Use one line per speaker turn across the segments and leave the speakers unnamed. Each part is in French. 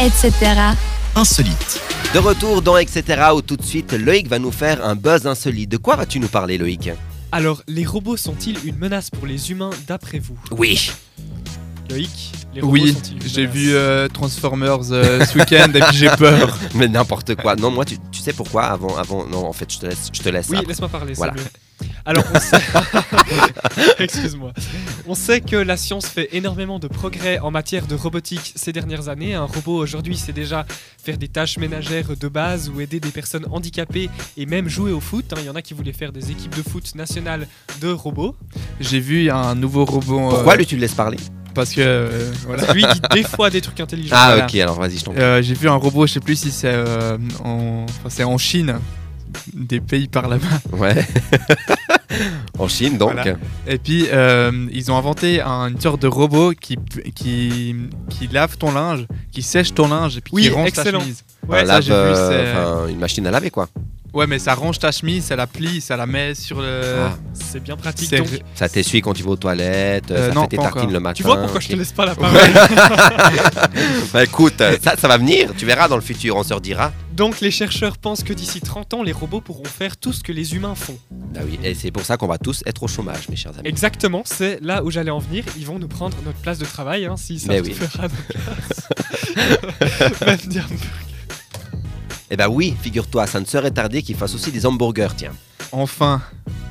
etc.
Insolite.
De retour dans Etc. où tout de suite Loïc va nous faire un buzz insolite. De quoi vas-tu nous parler Loïc
Alors, les robots sont-ils une menace pour les humains d'après vous
Oui.
Loïc, les robots
Oui,
sont-ils une
j'ai
menace
vu euh, Transformers euh, ce week-end et puis j'ai peur.
Mais n'importe quoi. Non, moi tu, tu sais pourquoi avant avant non en fait je te laisse je te laisse.
Oui,
après.
laisse-moi parler, c'est
Voilà.
mieux. Alors, on sait... Excuse-moi. On sait que la science fait énormément de progrès en matière de robotique ces dernières années. Un robot aujourd'hui sait déjà faire des tâches ménagères de base ou aider des personnes handicapées et même jouer au foot. hein. Il y en a qui voulaient faire des équipes de foot nationales de robots.
J'ai vu un nouveau robot. euh,
Pourquoi lui tu le laisses parler
Parce que euh, voilà.
Lui dit des fois des trucs intelligents.
Ah
voilà.
ok alors vas-y je t'en prie.
Euh, j'ai vu un robot, je sais plus si c'est euh, en, enfin, c'est en Chine, des pays par là-bas.
Ouais. en Chine donc.
Euh. Voilà. Et puis euh, ils ont inventé un- une sorte de robot qui, qui qui lave ton linge, qui sèche ton linge et puis
Oui,
qui range ta
excellent.
chemise.
Ouais,
Un
ça, j'ai vu,
lave- euh,
c'est-
enfin, une machine à laver quoi.
Ouais, mais ça range ta chemise, ça la plie, ça la met sur le.
Ah.
C'est bien pratique.
C'est-
Donc,
Ça t'essuie quand tu vas aux toilettes,
Euh,
ça
non,
fait tes
pas
tartines
encore.
le matin.
tu
Ah,
vois pourquoi je
ok.
te laisse pas la parole
Bah écoute, euh, ça, ça va venir, tu verras dans le futur, on se redira.
Donc, les chercheurs pensent que d'ici 30 ans, les robots pourront faire tout ce que les humains font.
Bah oui, et c'est pour ça qu'on va tous être au chômage, mes chers amis.
Exactement, c'est là où j'allais en venir. Ils vont nous prendre notre place de travail, hein, si ça
Mais
se
oui.
fera euh, notre place. Même dire-
Eh bah oui, figure-toi, ça ne serait tardé qu'ils fassent aussi des hamburgers, tiens.
Enfin,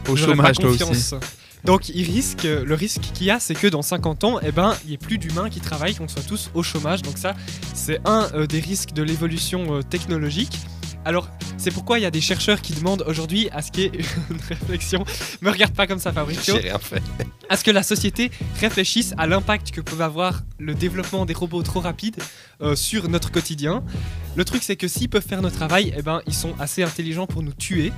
au
j'aurais pas
chômage toi aussi.
confiance. Donc ils risquent, le risque qu'il y a, c'est que dans 50 ans, eh ben, il n'y ait plus d'humains qui travaillent, qu'on soit tous au chômage. Donc ça, c'est un euh, des risques de l'évolution euh, technologique. Alors, c'est pourquoi il y a des chercheurs qui demandent aujourd'hui à ce qu'il y ait une réflexion. Me regarde pas comme ça, Fabricio.
J'ai rien fait.
à ce que la société réfléchisse à l'impact que peut avoir le développement des robots trop rapides euh, sur notre quotidien. Le truc c'est que s'ils peuvent faire notre travail, eh ben, ils sont assez intelligents pour nous tuer.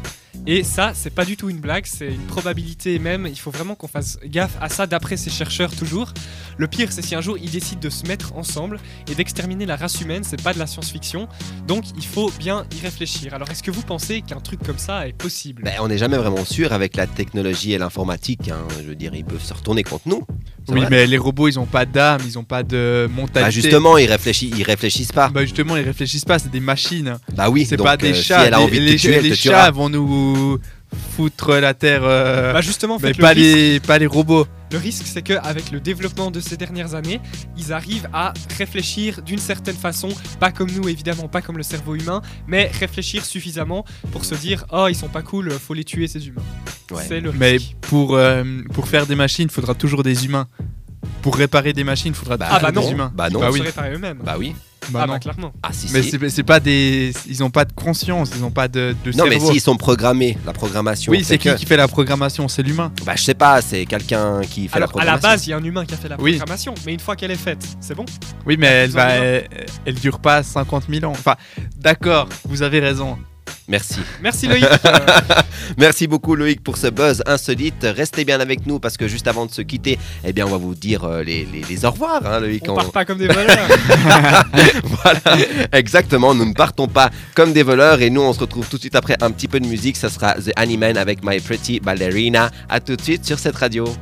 Et ça, c'est pas du tout une blague, c'est une probabilité même. Il faut vraiment qu'on fasse gaffe à ça d'après ces chercheurs toujours. Le pire, c'est si un jour ils décident de se mettre ensemble et d'exterminer la race humaine, c'est pas de la science-fiction. Donc il faut bien y réfléchir. Alors est-ce que vous pensez qu'un truc comme ça est possible
Ben, on n'est jamais vraiment sûr avec la technologie et l'informatique. hein. Je veux dire, ils peuvent se retourner contre nous. C'est
Oui,
vrai.
mais les robots, ils ont pas d'âme, ils ont pas de mentalité.
Bah justement, ils réfléchissent, ils réfléchissent pas.
Bah justement, ils réfléchissent pas, c'est des machines.
Bah oui,
C'est
donc,
pas
euh,
des
si
chats.
elle a
les-
envie de
les,
te tuer, elle
les
te tuera.
chats vont nous foutre la terre. euh,
Bah justement, en
mais
fait, le
pas
risque-
les, pas les robots.
Le risque, c'est qu'avec le développement de ces dernières années, ils arrivent à réfléchir d'une certaine façon, pas comme nous évidemment, pas comme le cerveau humain, mais réfléchir suffisamment pour se dire Oh, ils sont pas cool, faut les tuer ces humains.
Ouais.
C'est le
Mais
risque.
pour, euh, pour faire des machines, il faudra toujours des humains. Pour réparer des machines, il faudra toujours
bah
des
non.
humains.
Bah non.
Ils
Bah oui.
seraient par eux-mêmes.
Bah oui.
Bah
ah
non.
bah clairement.
Ah si,
Mais
si.
c'est c'est pas des. Ils ont pas de conscience, ils ont pas de, de
Non, mais
cerveau.
s'ils sont programmés, la programmation.
oui, c'est qui
que-
qui fait la programmation C'est l'humain.
Bah je sais pas, c'est quelqu'un qui fait la
Alors à la
programmation.
base, il y a un humain qui a fait la
Oui.
programmation, mais une fois qu'elle est faite, c'est bon.
Oui, mais elle,
Ils
va,
ont
elle, elle dure pas 50 000 ans. Enfin, d'accord, vous avez raison.
Merci.
Merci Loïc. Euh,
Merci beaucoup Loïc pour ce buzz insolite. Restez bien avec nous parce que juste avant de se quitter, eh bien on va vous dire euh, les, les- les au revoir hein, Loïc.
on
On-
part pas comme des voleurs.
voilà, exactement, nous ne partons pas comme des voleurs et nous on se retrouve tout de suite après un petit peu de musique, ça sera The Animan avec My Pretty Ballerina. À tout de suite sur cette radio.